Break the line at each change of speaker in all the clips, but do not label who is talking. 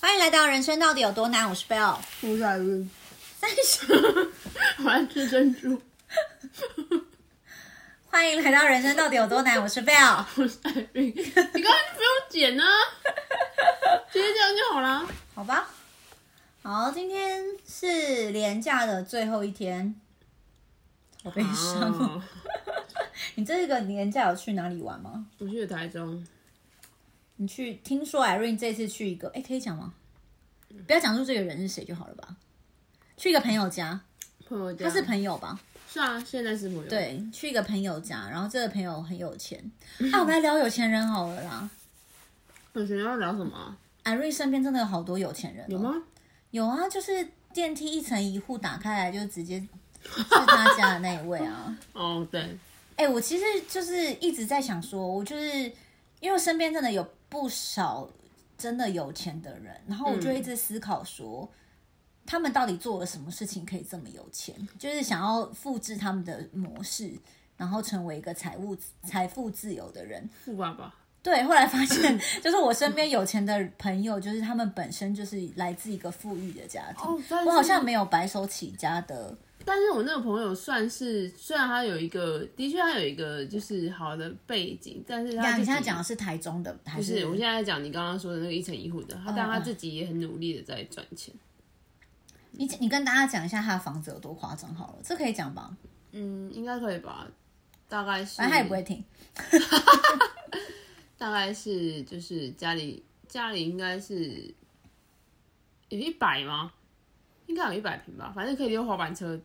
欢迎来到人生到底有多难？我是 Bell。
胡彩云，
三十，
我要吃珍珠。
欢迎来到人生到底有多难？我是 Bell。
胡彩云，你刚刚就不用剪呢、直接这样就好了。
好吧，好，今天是连假的最后一天，好悲伤哦。
啊
你这个年假有去哪里玩吗？
我去台中，
你去听说 Irene 这次去一个，哎，可以讲吗？不要讲出这个人是谁就好了吧。去一个朋友家，
朋友家
他是朋友吧？
是啊，现在是朋友。，
对，去一个朋友家，然后这个朋友很有钱。啊，我们来聊有钱人好了啦。
我觉得要聊什么啊？
Irene 身边真的有好多有钱人、哦，
有吗？
有啊，就是电梯一层一户打开来就直接是他家的那一位啊。
哦，对，
哎、我其实就是一直在想说，我就是因为我身边真的有不少真的有钱的人，然后我就一直思考说，他们到底做了什么事情可以这么有钱？就是想要复制他们的模式，然后成为一个财务财富自由的人。
富爸爸。
对，后来发现就是我身边有钱的朋友，就是他们本身就是来自一个富裕的家庭。
哦但是
我好像没有白手起家的，
但是我那个朋友算是，虽然他有一个，的确他有一个就是好的背景，但啊是他
呀，
自己
你现在讲的是台中的还
不
是？嗯
是，我现在在讲你刚刚说的那个一层一户的，他但他自己也很努力的在赚钱。
你你跟大家讲一下他的房子有多夸张好了，这可以讲吧？
嗯，应该可以吧？大概是，
反正他也不会听。
大概是就是家里家里应该是有一百吗？应该有一百平吧，反正可以溜滑板车。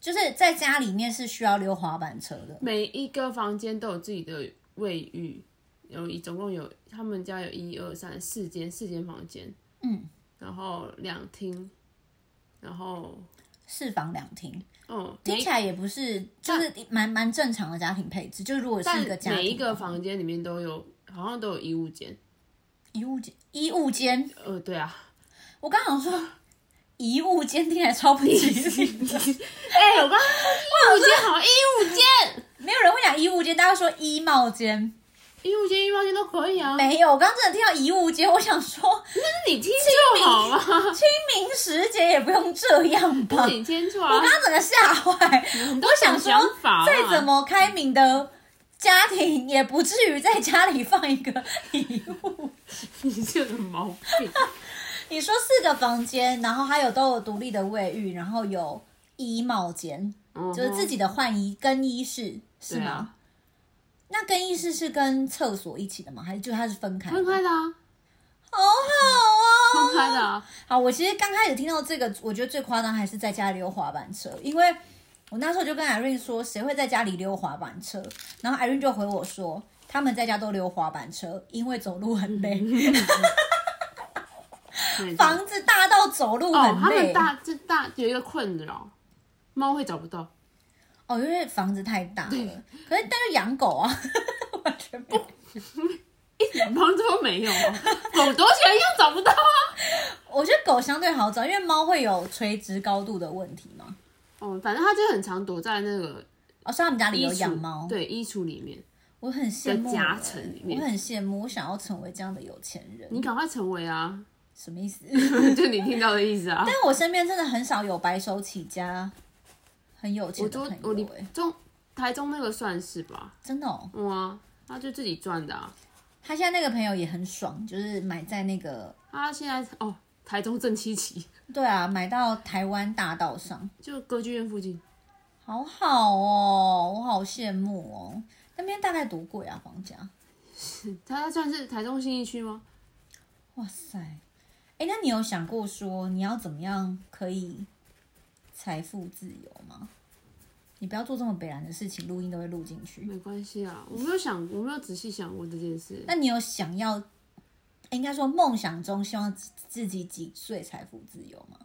就是在家里面是需要溜滑板车的，
每一个房间都有自己的卫浴，有一总共有他们家有一二三四间四间房间，
嗯，
然后两厅，然后
四房两厅，
哦，
听起来也不是，就是蛮蛮正常的家庭配置。就是如果是
但
一个家庭，
每一个房间里面都有好像都有衣物间。
衣物间，衣物间，
呃，对啊，
我刚想说衣物间听起来超不吉利的，
哎、我 刚刚衣物间好，衣物间，
没有人会讲衣物间，大家会说衣帽间。
衣物间、衣帽间都可以啊。
没有，我刚真的听到衣物间，我想说
那你听就好啊嘛，
清明时节也不用这样吧。
你听错
我
啊
刚。刚整个吓坏，我想说
想法啊
再怎么开明的家庭，也不至于在家里放一个礼物。
你这个毛病，
你说四个房间，然后还有都有独立的卫浴，然后有衣帽间， 就是自己的换衣更衣室，是
对
吗？
啊
那更衣室是跟厕所一起的吗？还是就它是分开的？
分开的啊，
好好哦，
分开的啊。
好，我其实刚开始听到这个，我觉得最夸张还是在家里溜滑板车，因为我那时候就跟 Irene 说，谁会在家里溜滑板车？然后 Irene 就回我说，他们在家都溜滑板车，因为走路很累，
嗯 没错
房子大到走路
哦，他
很
们
累。
大这大有一个困扰，猫会找不到，
哦，因为房子太大了。可是但是养狗啊，完全不。
一点帮助都没有 啊，狗躲起来一样找不到啊。
我觉得狗相对好找，因为猫会有垂直高度的问题嘛。
哦，反正他就很常躲在那个
哦，所以他们家里
衣
有
橱
养猫，
对，衣橱里面。
我很羡慕
在夹
欸
层里面
我很羡慕，我想要成为这样的有钱人。
你赶快成为啊，
什么意思？
就你听到的意思啊。
但我身边真的很少有白手起家、很有
我
钱的
中
朋
我
友、
你
欸，
中台中那个算是吧，
真的、哦。
嗯啊，他就自己赚的啊。
他现在那个朋友也很爽，就是买在那个，
他现在哦，台中正七期，
对啊，买到台湾大道上，
就歌剧院附近，
好好哦，我好羡慕哦。那边大概多贵啊，房价？
他算是台中新一区吗？
哇塞，哎、那你有想过说你要怎么样可以财富自由吗？你不要做这么北然的事情，录音都会录进去。
没关系啊，我没有想，我没有仔细想过这件事。
那你有想要，应该说梦想中希望自自己几岁财富自由吗？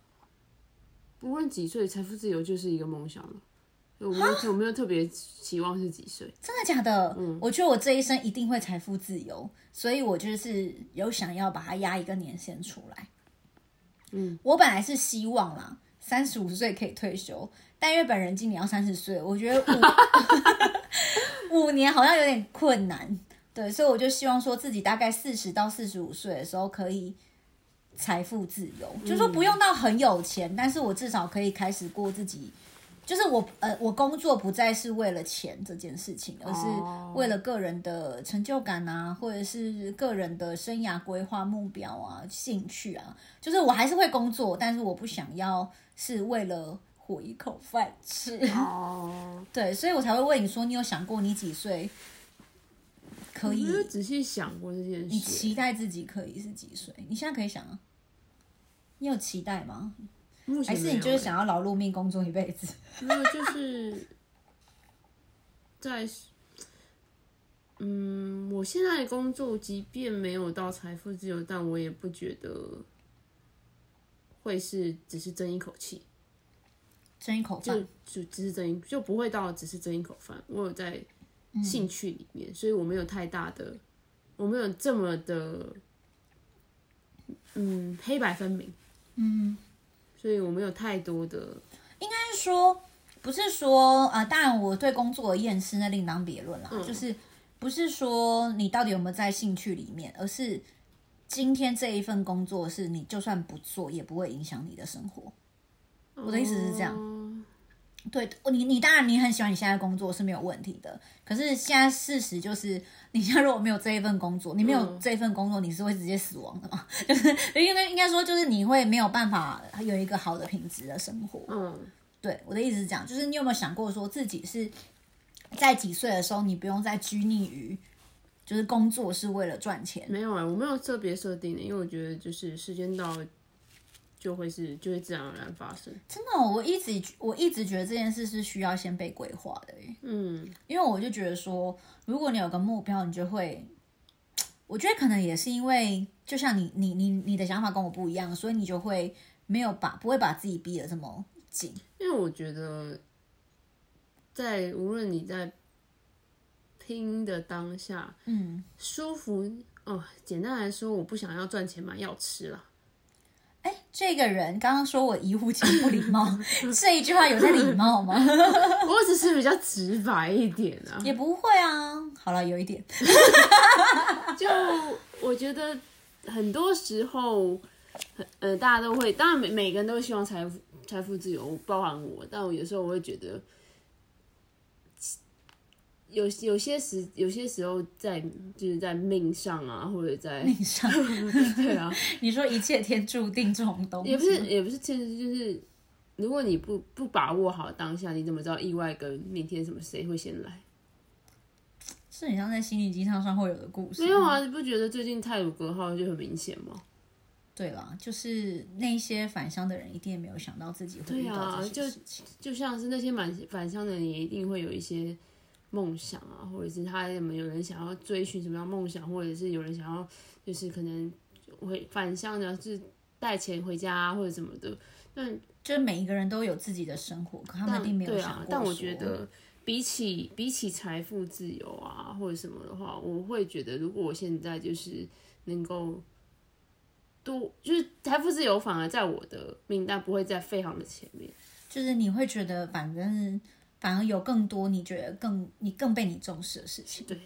无论几岁，财富自由就是一个梦想了。我没有，我没有特别期望是几岁。
真的假的？我觉得我这一生一定会财富自由，所以我就是有想要把它压一个年限出来。
嗯，
我本来是希望啦，三十五岁可以退休，但因为本人今年要三十岁，我觉得 五五年好像有点困难。对，所以我就希望说自己大概四十到四十五岁的时候可以财富自由，
嗯
就是说不用到很有钱，但是我至少可以开始过自己。就是我呃，我工作不再是为了钱这件事情，而是
哦
为了个人的成就感啊，或者是个人的生涯规划目标啊、兴趣啊。就是我还是会工作，但是我不想要是为了糊一口饭吃。
哦，
对，所以我才会问你说，你有想过你几岁可以
我没有仔细想过这件
你
事。
期待自己可以是几岁？你现在可以想啊，你有期待吗？
目
还
前啊欸
是你就是想要劳碌命工作一辈子？
没有欸，没有就是在，嗯，我现在的工作即便没有到财富自由，但我也不觉得会是只是争一口气。
争一口
就
饭？
就只是争一，就不会到只是争一口饭。我有在
嗯
兴趣里面，所以我没有太大的，我没有这么的，嗯，黑白分明，
嗯，
所以我没有太多的，
但是说不是说啊、呃当然我对工作的厌世那另当别论啦，就是不是说你到底有没有在兴趣里面，而是今天这一份工作是你就算不做也不会影响你的生活。
我
的意思是这样对你，你当然你很喜欢你现在的工作是没有问题的。可是现在事实就是，你现在如果没有这一份工作，你没有
嗯
这一份工作，你是会直接死亡的嘛？ 就是应该应该说，就是你会没有办法有一个好的品质的生活。
嗯，
对我的意思是这样，就是你有没有想过说自己是在几岁的时候，你不用再拘泥于就是工作是为了赚钱，
没有啊、我没有特别设定的，因为我觉得就是时间到就会是就会自然而然发生，
真的哦、我一直我一直觉得这件事是需要先被规划的耶。
嗯，
因为我就觉得说，如果你有个目标，你就会，我觉得可能也是因为，就像你你你你的想法跟我不一样，所以你就会没有把不会把自己逼得这么紧。
因为我觉得在无论你在拼的当下，
嗯，
舒服哦。简单来说，我不想要赚钱买药吃了。
哎，这个人刚刚说我疑乎情不礼貌，这一句话有在礼貌吗？
我只是比较直白一点啊，
也不会啊。好了，有一点，
就我觉得很多时候，呃，大家都会，当然每每个人都会希望财富财富自由，包含我，但我有时候我会觉得。有有些时有些时候在就是在命上啊，或者在
你上
对啊，
你说一切天注定这种东西，
也不是也不是，其实就是如果你不不把握好当下，你怎么知道意外跟明天什么谁会先来？
是很像在心理鸡汤上会有的故事。
没有啊，你不觉得最近泰鲁格号就很明显吗？
对啦，就是那些返乡的人一定也没有想到自己会
对
遇到
啊
这些
就
事情。
就像是那些满返乡的人，也一定会有一些梦想啊，或者是他们有人想要追寻什么样的梦想，或者是有人想要就是可能会返乡的，是带钱回家、啊、或者什么的。那
就是每一个人都有自己的生活，可他们一定没有
对
想
啊
过、，
但我觉，得比起比起财富自由啊或者什么的话，我会觉得如果我现在就是能够多，就是财富自由反而在我的名单不会在非常的前面。
就是你会觉得反正反而有更多你觉得更你更被你重视的事情。
对，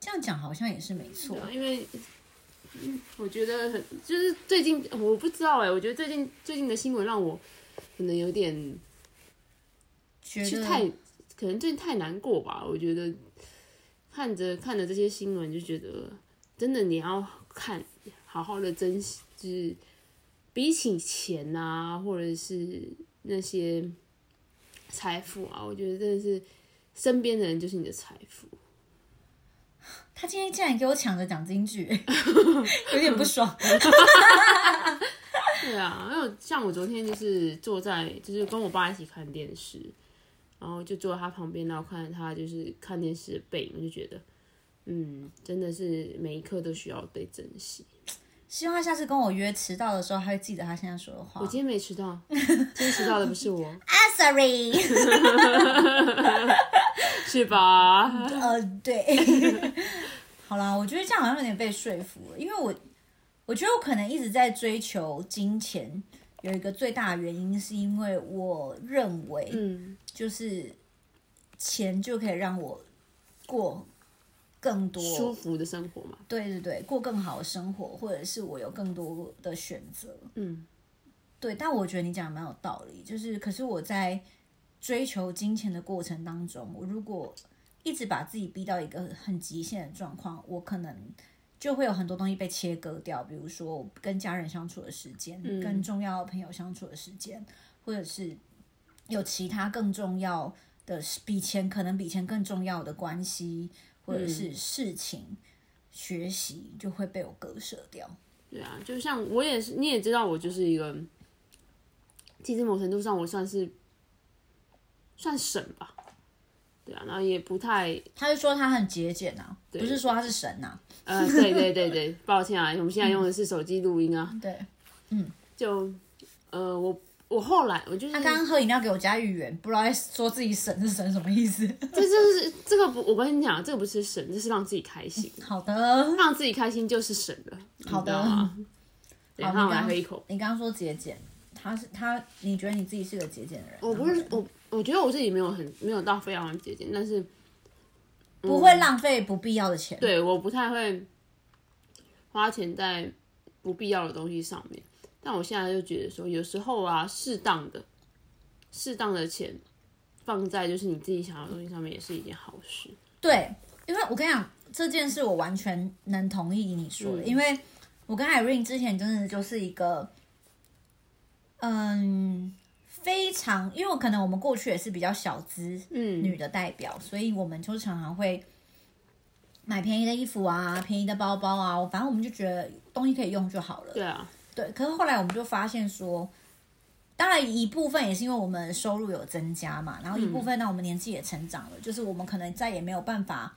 这样讲好像也是没错
对。啊，因为。嗯我觉得很就是最近我不知道哎、我觉得最近最近的新闻让我可能有点
觉
就
得
太可能最近太难过吧。我觉得看着看着这些新闻，就觉得真的你要看好好的珍惜，就是比起钱啊，或者是那些财富啊，我觉得真的是身边的人就是你的财富。
他今天竟然给我抢着讲京 剧，有点不爽。
对啊，因为我像我昨天就是坐在，就是跟我爸一起看电视，然后就坐在他旁边，然后看着他就是看电视的背影，我就觉得，嗯，真的是每一刻都需要被珍惜。
希望他下次跟我约迟到的时候，他会记得他现在说的话。
我今天没迟到，今天迟到的不是我，
啊，sorry，
是吧？
呃，对， 好啦，我觉得这样好像有点被说服了，因为我我觉得我可能一直在追求金钱，有一个最大的原因是因为我认为
嗯，
就是钱就可以让我过更多
嗯舒服的生活嘛。
对对对，过更好的生活，或者是我有更多的选择。
嗯，
对，但我觉得你讲的蛮有道理，就是可是我在追求金钱的过程当中，我如果一直把自己逼到一个很极限的状况，我可能就会有很多东西被切割掉，比如说我跟家人相处的时间，
嗯
跟重要朋友相处的时间，或者是有其他更重要的事，比钱可能比钱更重要的关系，或者
嗯
是事情、学习，就会被我割舍掉。
对啊，就像我也是，你也知道，我就是一个，其实某程度上我算是算省吧，对啊，然后也不太
他就说他很节俭啊，不是说他是神啊呐、
呃，对对对对，抱歉啊，我们现在用的是手机录音啊，
对
就呃，我我后来我就是
他啊刚刚喝饮料给我加芋圆，不知道在说自己神是神什么意思。
这就是这个不，我跟你讲，这个不是省，这是让自己开心，
好的，
让自己开心就是省了，
好的
啊。对，
好
那我来
你刚
喝一口。
你刚刚说节俭，他是他，你觉得你自己是个节俭的人？
我不是我，我觉得我自己没有很没有到非常节俭，但是
不会浪费不必要的钱。
对我不太会花钱在不必要的东西上面。但我现在就觉得说，有时候啊，适当的、适当的钱放在就是你自己想要的东西上面，也是一件好事。
对，因为我跟你讲这件事，我完全能同意你说的，因为我跟 Irene 之前真的就是一个，嗯，非常，因为我可能我们过去也是比较小资
嗯
女的代表，所以我们就常常会买便宜的衣服啊，便宜的包包啊，反正我们就觉得东西可以用就好了。
对啊，
对，可是后来我们就发现说，当然一部分也是因为我们收入有增加嘛，然后一部分呢，我们年纪也成长了，就是我们可能再也没有办法。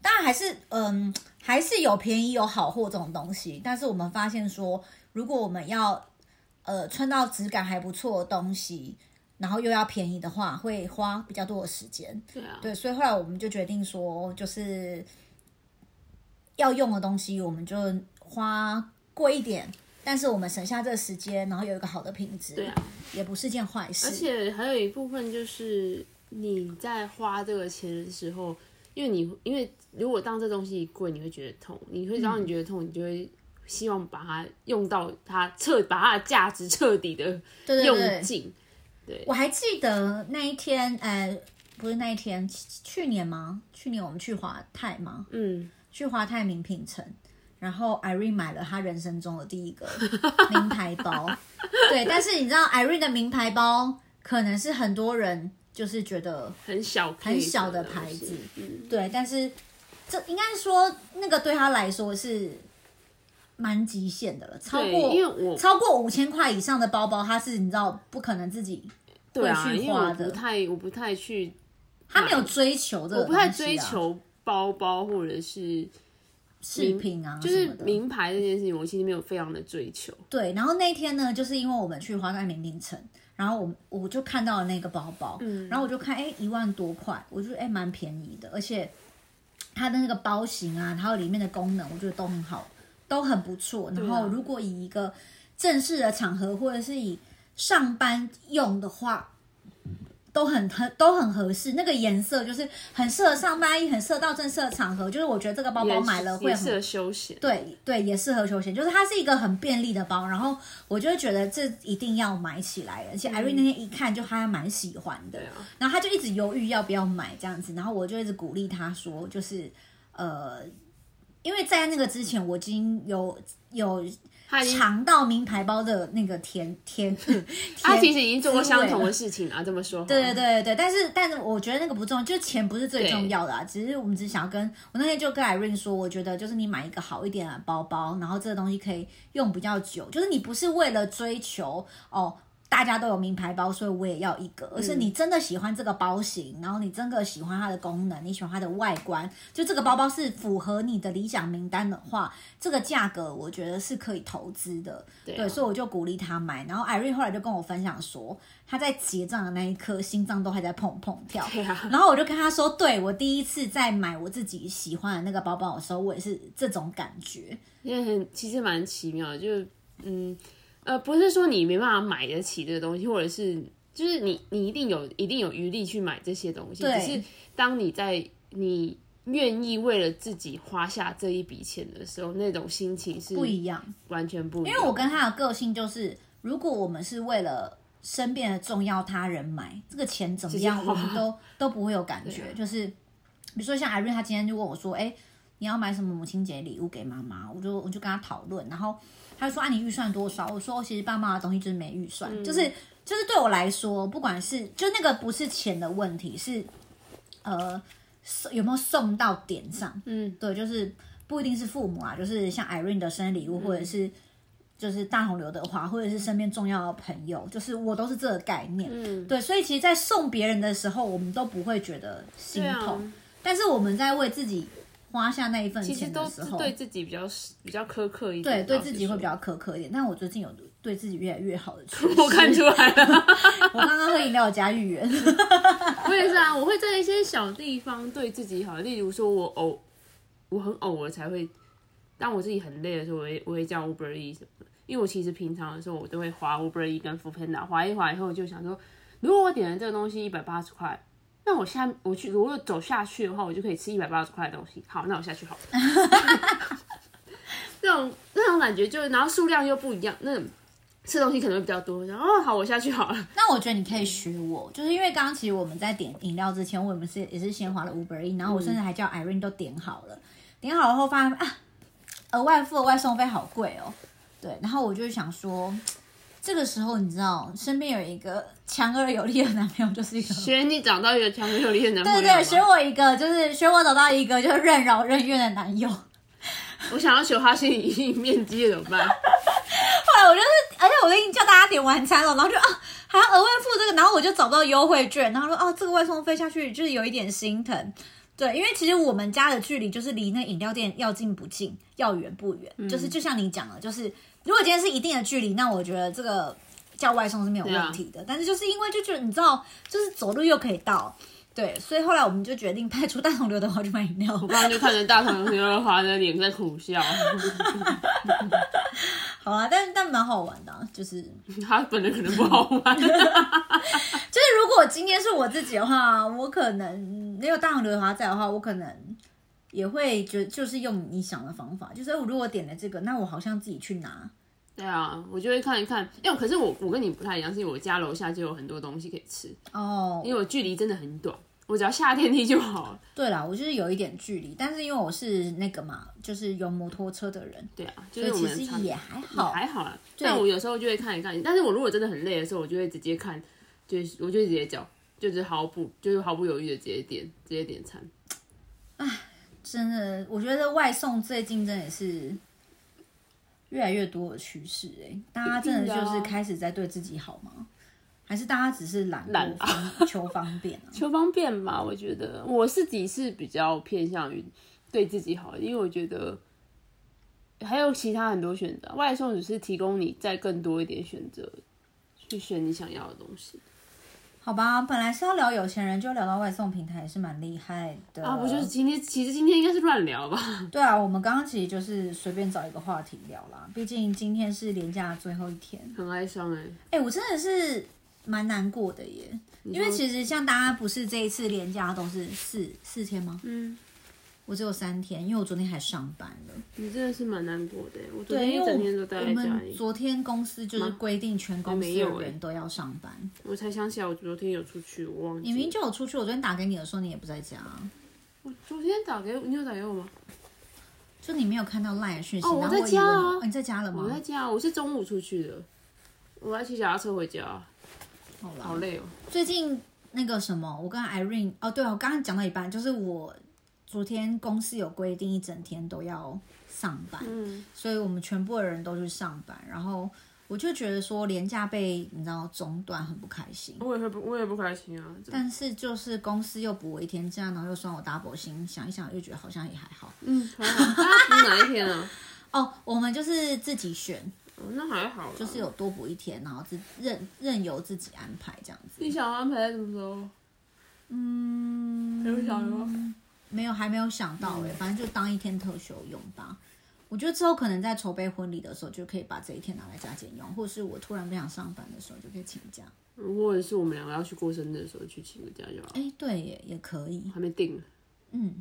当然还是嗯，还是有便宜有好货这种东西，但是我们发现说，如果我们要呃穿到质感还不错的东西，然后又要便宜的话，会花比较多的时间。
对啊，
对，所以后来我们就决定说，就是要用的东西，我们就花贵一点，但是我们省下这个时间，然后有一个好的品质，
对啊。
也不是件坏
而
事。
且还有一部分就是你在花这个钱的时候，因为你因为如果当这东西一贵，你会觉得痛，你会
嗯
让你觉得痛，你就会希望把它用到它彻把它的价值彻底的
对对
用
对，
尽。
我还记得那一天，呃，不是那一天，去去年吗？去年我们去华泰吗？
嗯，
去华泰名品城。然后 Irene 买了她人生中的第一个名牌 包，对，但是你知道 Irene 的名牌包可能是很多人就是觉得
很小
很小
的
的牌
东西
子，
嗯，
对，但是这应该说那个对他来说是蛮极限的了，超
对，
过
因为我
超过五千块以上的包包，他是你知道不可能自己
对啊，
会去
因为
花
我
的
不太我不太去
他没有追求这个、啊
我不太追求包包或者是
饰品啊，
就是
什么的
名牌这件事情，我其实没有非常的追求。
对，然后那天呢，就是因为我们去华泰名品城，然后我我就看到了那个包包，嗯，然后我就看，哎，一万多块，我就哎蛮便宜的，而且它的那个包型啊，还有里面的功能，我觉得都很好，都很不错。然后如果以一个正式的场合，或者是以上班用的话。都很合，都很合适。那个颜色就是很适合上班，也很适合到正式的场合。就是我觉得这个包包
也
买了会
也
很
适合休闲，
对对，也适合休闲，就是它是一个很便利的包，然后我就会觉得这一定要买起来，而且艾瑞那天一看就还蛮喜欢的，
嗯对啊
然后他就一直犹豫要不要买这样子，然后我就一直鼓励他说，就是呃，因为在那个之前我已经有有
他已经
尝到名牌包的那个甜 甜甜，
他其实已经做过相同的事情啊，这么说好了。
对对对对，但是但是我觉得那个不重要，就钱不是最重要的啊。只是我们只想要跟我那天就跟 Irene 说，我觉得就是你买一个好一点的包包，然后这个东西可以用比较久，就是你不是为了追求哦。大家都有名牌包，所以我也要一个。而是你真的喜欢这个包型，然后你真的喜欢它的功能，你喜欢它的外观，就这个包包是符合你的理想名单的话，这个价格我觉得是可以投资的。
对啊
对，所以我就鼓励他买。然后艾瑞后来就跟我分享说，他在结账的那一刻，心脏都还在砰砰跳。
对啊，
然后我就跟他说，对我第一次在买我自己喜欢的那个包包的时候，我也是这种感觉。
因为很其实蛮奇妙的，就嗯呃，不是说你没办法买得起这个东西，或者是就是你你一定有一定有余力去买这些东西，
对
只是当你在你愿意为了自己花下这一笔钱的时候，那种心情是
不一样。
完全不一样。
因为我跟他的个性就是，如果我们是为了身边的重要他人买，这个钱怎么样，
就是花
我们 都都不会有感
啊
觉。就是比如说像艾瑞，他今天就问我说：“哎、你要买什么母亲节礼物给妈妈？”我就我就跟他讨论，然后他就说：“啊，你预算多少？”我说：“我哦其实爸妈的东西就是没预算，
嗯
就是就是对我来说，不管是就那个不是钱的问题，是呃送有没有送到点上。
嗯，
对，就是不一定是父母啊，就是像 Irene 的生日
嗯
礼物，或者是就是大红刘德华，或者是身边重要的朋友，就是我都是这个概念。
嗯，
对，所以其实，在送别人的时候，我们都不会觉得心
对
痛，
啊，
但是我们在为自己花下那一份
其实
钱
都
的时
是
候，
对自己比较比较苛刻一
对
点，
对
老实
自己会
说
比。较苛刻一点。但我最近有对自己越来越好的趋势。
我看出来了，
我刚刚喝饮料加芋圆，
我也是啊，我会在一些小地方对自己好，例如说我偶我很偶尔才会，当我自己很累的时候，我会我会叫 Uber E 什么的，因为我其实平常的时候我都会花 Uber E 跟 f o o p a n d a 花一花以后，我就想说，如果我点了这个东西一百八十块。那我下我去，如果走下去的话，我就可以吃一百八十块的东西。好，那我下去好了。 这种那种感觉就，然后数量又不一样，那种吃东西可能会比较多。然后哦，好，我下去好了。
那我觉得你可以
嗯
学我，就是因为刚刚其实我们在点饮料之前，我们是也是先划了 Uber E，然后我
嗯
甚至还叫 Irene 都点好了，点好了后发现啊，额外付额外送费好贵哦，对，然后我就想说，这个时候你知道身边有一个强而有力的男朋友，就是一个。
学你找到一个强有力的男朋
对
友
对，
吗
学我一个，就是学我找到一个就是任劳任怨的男友。后
我想要求他心理阴影面积怎么办？
来我就是，而且我已经叫大家点晚餐了，然后就啊还要额外付这个，然后我就找不到优惠券，然后说哦这个外送费下去就是有一点心疼。对，因为其实我们家的距离就是离那饮料店要近不近，要远不远，就是就像你讲的，就是如果今天是一定的距离，那我觉得这个叫外送是没有问题的。但是就是因为就觉得你知道，就是走路又可以到，对，所以后来我们就决定 派出大同流的话去买饮料。
我刚刚就看着大唐刘德华的脸在苦笑，
好啊，但但蛮好玩的啊、就是就
他本人可能不好玩。
是如果今天是我自己的话，我可能没有大红刘德华在的话，我可能也会就就是用你想的方法，就是哎我如果点了这个，那我好像自己去拿，
对啊，我就会看一看。因为可是我我跟你不太一样，是因为我家楼下就有很多东西可以吃，
哦，
因为我距离真的很短，我只要下电梯就好了。
对啦，我就是有一点距离，但是因为我是那个嘛，就是有摩托车的人，
对啊，就
所以
是我
其
们的
实
差别
也还好。
还好啦。但我有时候就会看一看，但是我如果真的很累的时候，我就会直接看，就是我就会直接叫，就是毫不就是毫不犹豫的直接点直接点餐。
真的，我觉得外送最近真的也是越来越多的趋势哎，大家真的就是
啊
开始在对自己好吗？还是大家只是懒
懒啊
惰 方求方便啊？
求方便吧，我觉得我自己是比较偏向于对自己好，因为我觉得还有其他很多选择，外送只是提供你再更多一点选择，去选你想要的东西
好吧，本来是要聊有钱人，就聊到外送平台也是蛮厉害的
啊。不就是今天，其实今天应该是乱聊吧？
对啊，我们刚刚其实就是随便找一个话题聊啦，毕竟今天是连假的最后一天。
很哀伤哎、
哎、我真的是蛮难过的耶，因为其实像大家不是这一次连假都是四四天吗？
嗯，
我只有三天，因为我昨天还上班了。
你真的是蛮难过的欸、我昨
对，
天一
因
整天
为
都
我
待
我
在家
们
里，
昨天公司就是规定全公司
没有
的
欸
人都要上班。
我才想起来我昨天有出去，我忘
你明
记
明
了。
就有出去，我昨天打给你的时候你也不在家啊，
我昨天打给你有打给我
啊
吗？
就你没有看到赖的讯息。
哦我
然后我
在家啊
以为你哦你在家了
我在
吗？
家，我是中午出去的，我要骑脚踏车回家，
好啦
好累哦、
最近那个什么，我跟 Irene 哦，对、啊，我刚刚讲到一半，就是我昨天公司有规定一整天都要上班，
嗯，
所以我们全部的人都去上班，然后我就觉得说廉价被你知道中断很不开心。
我也会不，我也不开心啊。这
但是就是公司又补我一天假，然后又算我 double 薪，想一想又觉得好像也还好
嗯，还好。 大家补哪一天啊？
哦。我们就是自己选，
哦那还好啦。
就是有多补一天，然后自任任由自己安排这样子。
你想要安排在什么时候？嗯，有想吗？
没有，还没有想到
嗯
哎、反正就当一天特休用吧。我觉得之后可能在筹备婚礼的时候，就可以把这一天拿来加减用，或是我突然不想上班的时候，就可以请假。
或者是我们两个要去过生日的时候去请个假就好了，嗯
哎，对耶，也可以。
还没定。
嗯，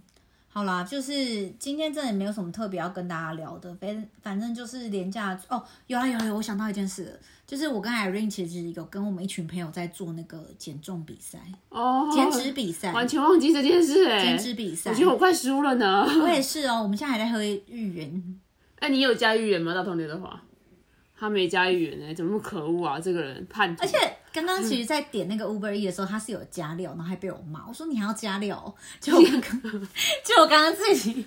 好啦，就是今天真的没有什么特别要跟大家聊的，反反正就是廉价哦，有啦有啦，有我想到一件事了，就是我跟 Irene 其实有跟我们一群朋友在做那个减重比赛、
哦，
减脂比赛、
完全忘记这件事哎、
减脂比赛
我。觉得我快输了呢。
我也是哦，我们现在还在喝芋圆，
哎、你有加芋圆吗？大同刘德华，他没加芋圆哎、怎么那么可恶啊！这个人叛徒。
而且刚刚其实，在点那个 Uber E 的时候，他是有加料，然后还被我骂，我说你还要加料哦，结果刚 刚结果刚刚自己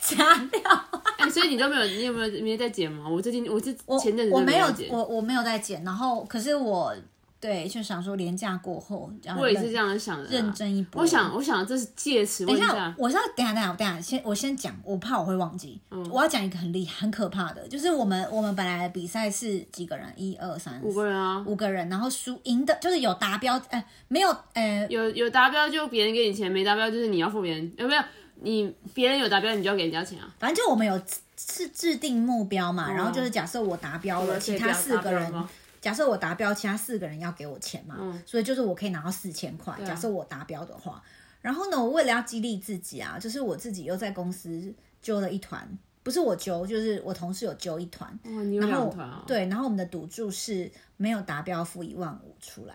加料。
哎、所以你都没有，你有没有没在减吗？我最近我是
我
前阵子
我
真的
没有
减，
我我没有在剪，然后可是我对就想说廉价过后，然后
我也是这样想的、啊
认。真一波。
我想，我想这是借此
等
问
一
一
下
下，，
我是要等一下等一下我等一下先我先讲，我怕我会忘记。
嗯
我要讲一个很厉害很可怕的，就是我们我们本来的比赛是几个人？一二三
五个人啊，
五个人，然后输赢的就是有达标，呃，没有呃
有有达标就别人给你钱，没达标就是你要付别人，有没有？你别人有达标，你就要给人家钱啊。
反正就我们有制制制定目标嘛，然后
嗯
就是假设我达标了，其他四个人假设我达标，其他四个人要给我钱嘛，
嗯
所以就是我可以拿到四千块。
啊
假设我达标的话，然后呢，我为了要激励自己啊，就是我自己又在公司揪了一团，不是我揪，就是我同事有揪一团，
哇，你有
然
两
后
团啊？，
对，然后我们的赌注是没有达标付一万五出来，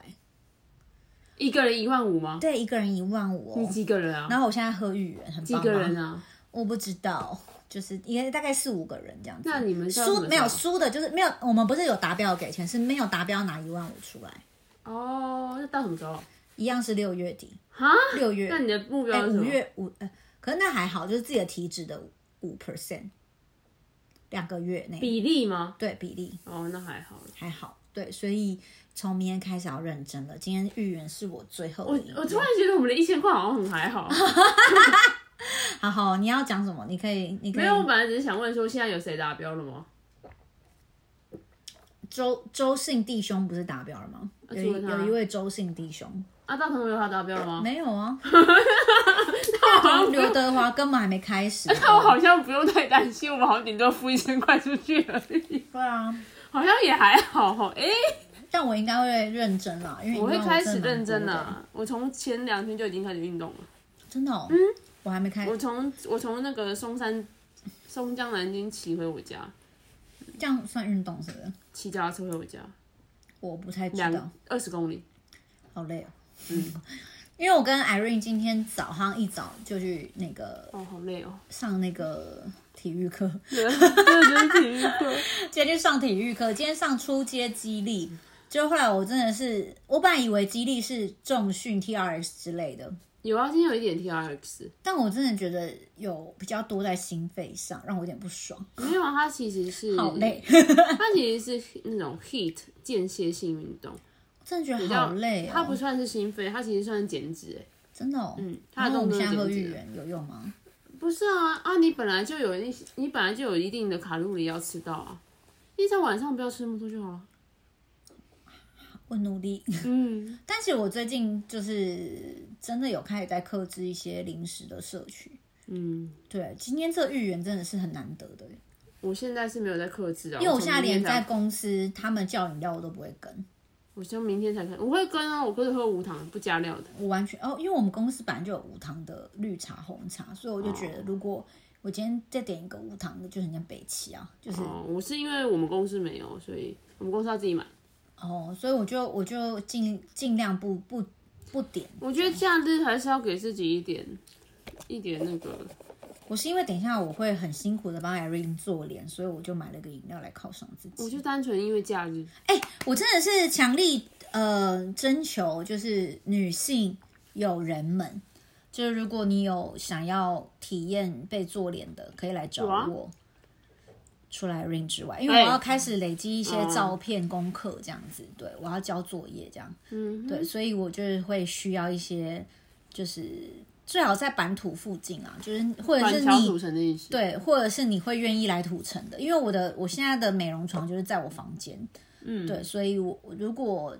一个人一万五吗？
对，一个人一万五、
你
哦。
几个人啊？
然后我现在喝芋圆，很
几
棒
个
吗
人啊？
我不知道，就是应该大概四五个人这样子。
那你们是要怎
输
么
没有
算
输的，就是没有，我们不是有达标给钱，是没有达标拿一万五出来，
哦，那到什么时候？
一样是六月底，
哈？
六月
那你的目标
哎，
是什
五
么？
月五，呃，可是那还好，就是自己的体脂的五 percent，两个月内，
比例吗？
对比例
哦，那还好。
还好，对，所以从明天开始要认真了。今天预言是我最后
我
的一
我
天
突然觉得我们的一千块好像很还好，
好好，你要讲什么？你可以，你可
没
以
有，我本来只是想问说现在有谁达标了吗？
周周姓弟兄不是达标了吗？
啊
有
除
一
了他
有一位周姓弟兄
啊，大同有他达标了吗？
没有啊，大 同 刘德华根本还没开始。
那我好像不用太担心，我们好像顶多付一千块出去而已，
对啊，
好像也还好哦。 哎、
但我应该会认真啦，因为
我会
1万五
开始
真的蛮
认真啊
多
了、
的，
我从前两天就已经开始运动了。
真的哦，我还没开
我从我从那个松山松江南京骑回我家，
这样算运动是不是？
骑脚踏车回我家，
我不太知道
两，嗯二十公里。
好累哦。 因为我跟 Irene 今天早上一早就去那个
哦，好累哦。
上那个体育课，
对，对，就是体育课。
今天去上体育课，今天上初阶肌力。就后来我真的是，我本来以为肌力是重训 T R X 之类的，
有啊，今天有一点 T R X。
但我真的觉得有比较多在心肺上，让我有点不爽，
没有啊，它其实是
好，累，
它其实是那种 heat 间歇性运动，
真的觉得
较
好累
它不
哦，
算是心肺，它其实算是减脂欸。
真的哦。
嗯它
然
的
后我
动
们
作
现在喝
简直
芋圆有用吗？
不是啊啊！你本来就有一些，你本来就有一定的卡路里要吃到啊。一在晚上不要吃那么多就好了。
我努力。
嗯，
但是我最近就是真的有开始在克制一些零食的摄取。
嗯，
对，今天这芋圆真的是很难得的，
我现在是没有在克制啊，
因为我
从
现在
明
连
天才
在公司他们叫饮料我都不会跟，
我就明天才看，我会跟啊，我就是喝无糖不加料的。
我完全哦，因为我们公司本来就有无糖的绿茶、红茶，所以我就觉
哦
得如果我今天再点一个无糖的，就很像北齐啊，就是
哦，我是因为我们公司没有，所以我们公司要自己买。
哦，所以我就我就尽尽量不不不点。
我觉得假日还是要给自己一点一点那个，
我是因为等一下我会很辛苦的帮 Irene 做脸，所以我就买了个饮料来犒赏自己。
我就单纯因为假日。
哎、我真的是强力呃征求，就是女性友人们，就是如果你有想要体验被做脸的，可以来找
有啊哎
我。除来 ring 之外，因为我要开始累积一些
嗯
照片功课，这样子，对我要交作业这样，
嗯，
对，所以我就是会需要一些，就是最好在版土附近啊，就是或者
板
是
桥
你
组成的意思。
对，或者是你会愿意来土城的，因为我的我现在的美容床就是在我房间，嗯，对，所以我我如果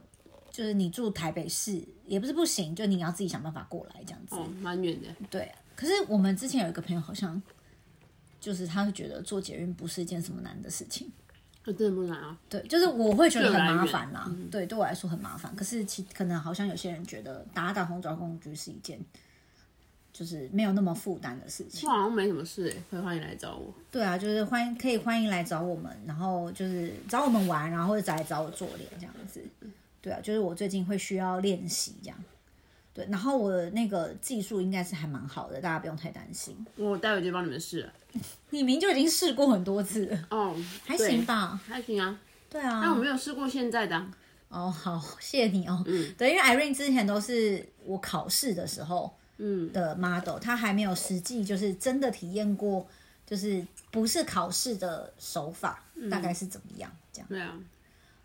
就是你住台北市也不是不行，就你要自己想办法过来这样子，
哦，蛮远的。
对。可是我们之前有一个朋友好像就是他会觉得做捷运不是一件什么难的事情，
我真的不难啊。
对，就是我会觉得
对
很
我来嗯
麻
源
烦啦，对，对我来说很麻烦。可是其可能好像有些人觉得打打红枣工具是一件。就是没有那么负担的事
我
情。
好像没什么事哎、会欢迎来找我。
对啊，就是欢迎可以欢迎来找我们，然后就是找我们玩，然后或者找来找我做脸这样子。
嗯
对啊，就是我最近会需要练习这样。对，然后我的那个技术应该是还蛮好的，大家不用太担心。
我待会就帮你们试了。
你明就已经试过很多次了，
哦，
还
对
行，吧？
还行啊。
对啊。
但我没有试过现在的啊、
哦，好，谢谢你哦。
嗯
对，因为 Irene 之前都是我考试的时候，嗯的 model，她还没有实际就是真的体验过，就是不是考试的手法、
嗯
大概是怎么样这样。
对啊，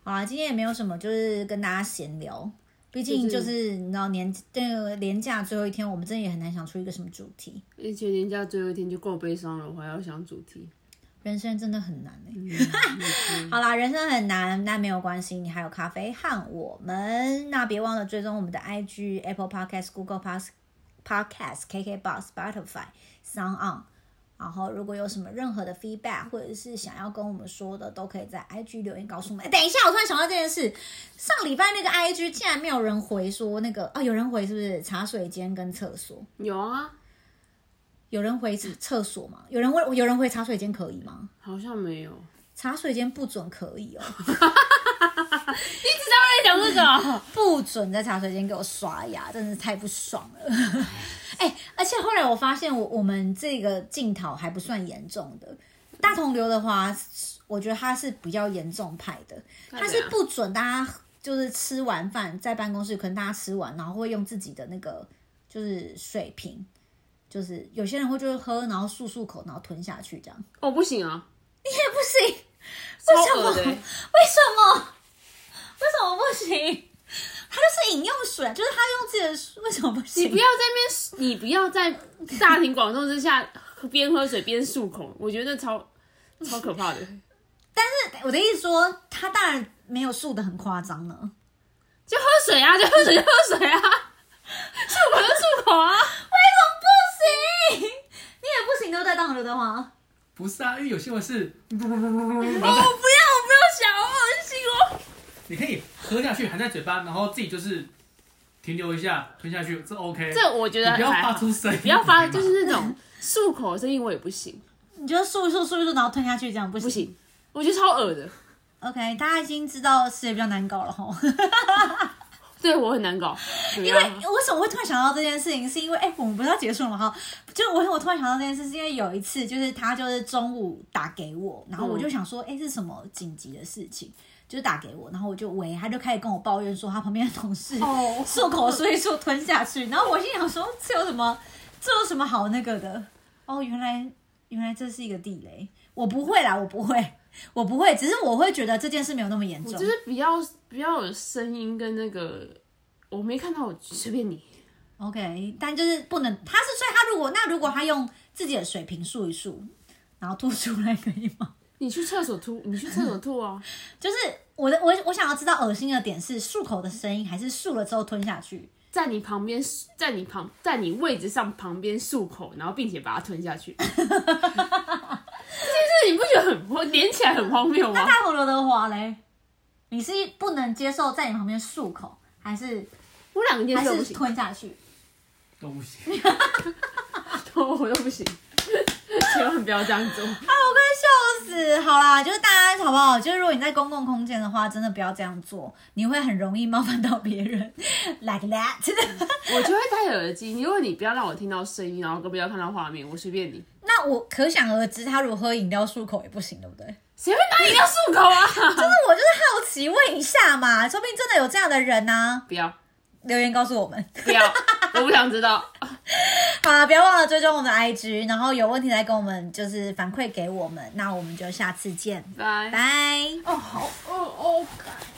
好啊，今天也没有什么，就是跟大家闲聊。毕竟
就
就是是你知道年那个年假最后一天，我们真的也很难想出一个什么主题。
而且年假最后一天就够悲伤了，我还要想主题。
人生真的很难哎、 好啦，人生很难，那没有关系，你还有咖啡和我们。那别忘了追踪我们的 IG、Apple Podcast、Google Podcast、Podcast、KK Box、Spotify、Sound On。然后，如果有什么任何的 feedback 或者是想要跟我们说的，都可以在 IG 留言告诉我们。哎，等一下，我突然想到这件事，上礼拜那个 IG 竟然没有人回说那个啊、有人回是不是茶水间跟厕所？
有啊，
有人回厕厕所吗？有人问，有人回茶水间可以吗？
好像没有。
茶水间不准可 以哦，
在讲这个，
不准在茶水间给我刷牙，真是太不爽了。 哎、而且后来我发现我，我们这个镜头还不算严重的。大同刘德华，我觉得他是比较严重派的，
啊
他是不准大家就是吃完饭在办公室，可能大家吃完，然后会用自己的那个就是水瓶，就是有些人会就是喝，然后漱漱口，然后吞下去这样，
哦，不行啊，
也不行。
超恶
为
的
什么
欸。
为什么？为什么不行？他就是饮用水，啊就是他用自己的水，为什么不
你
行？
不要在那边，你不要在大庭广众之下边喝水边漱口，我觉得超超可怕的，
我的意思说，他当然没有漱的很夸张了。
就喝水啊，就喝水就喝水啊，漱口就漱口啊，
为什么不行？你也不行，对不对，当刘德华？哦，
不是啊，因为有些人是，
哦，不要，我不要想，我恶心哦。
你可以喝下去含在嘴巴，然后自己就是停留一下吞下去，这 OK。
这我觉得
你不要
还好
发出声音，
不要发，
你
就
可以吗
是那种漱口的声音我也不行，
你觉得漱一漱，漱一漱，然后吞下去，这样不行？
不。行，我觉得超恶的，
OK，大家已经知道谁比较难搞了吼。
对我很难搞，啊因
因为为什么会突然想到这件事情，是因为哎、我们不是要结束了吗？哈，就我我突然想到这件事，是因为有一次就是他就是中午打给我，然后我就想说，哎、是什么紧急的事情？就是打给我，然后我就喂，他就开始跟我抱怨说他旁边的同 事
哦
漱口漱一漱吞下去，然后我心想说这有什么这有什么好那个的？哦，原来原来这是一个地雷，我不会啦，我不会，我不会，只是我会觉得这件事没有那么严重，
就是比较比较有声音跟那个，我没看到，我随便你。
OK，但就是不能，他是所以他如果那如果他用自己的水平漱一漱，然后吐出来可以吗？
你去厕所吐，你去厕所吐 啊！
就是我的我我想要知道恶心的点是漱口的声音，还是漱了之后吞下去？
在你旁边，在你旁，在你位置上旁边漱口，然后并且把它吞下去。 这件事你不觉得很荒，连起来很荒谬吗？
大红刘德华嘞，你是不能接受在你旁边漱口，还是
我两件
还
事都不
是
行，
吞下去？
都不行。
哦我都不行， 千万不要这样做。
啊笑死！好啦，就是大家好不好？就是如果你在公共空间的话，真的不要这样做，你会很容易冒犯到别人。like that，
我就会戴耳机，如果你不要让我听到声音，然后更不要看到画面，我随便你。
那我可想而知，他如果喝饮料漱口也不行，对不对？
谁会拿饮料漱口啊？
但是我就是好奇问一下嘛，说不定真的有这样的人呐、
不要，
留言告诉我们。
不要，我不想知道。
好啊啦，不要忘了追踪我们的 IG，然后有问题再跟我们就是反馈给我们。那我们就下次见，
拜。
拜。
哦，好饿哦，干。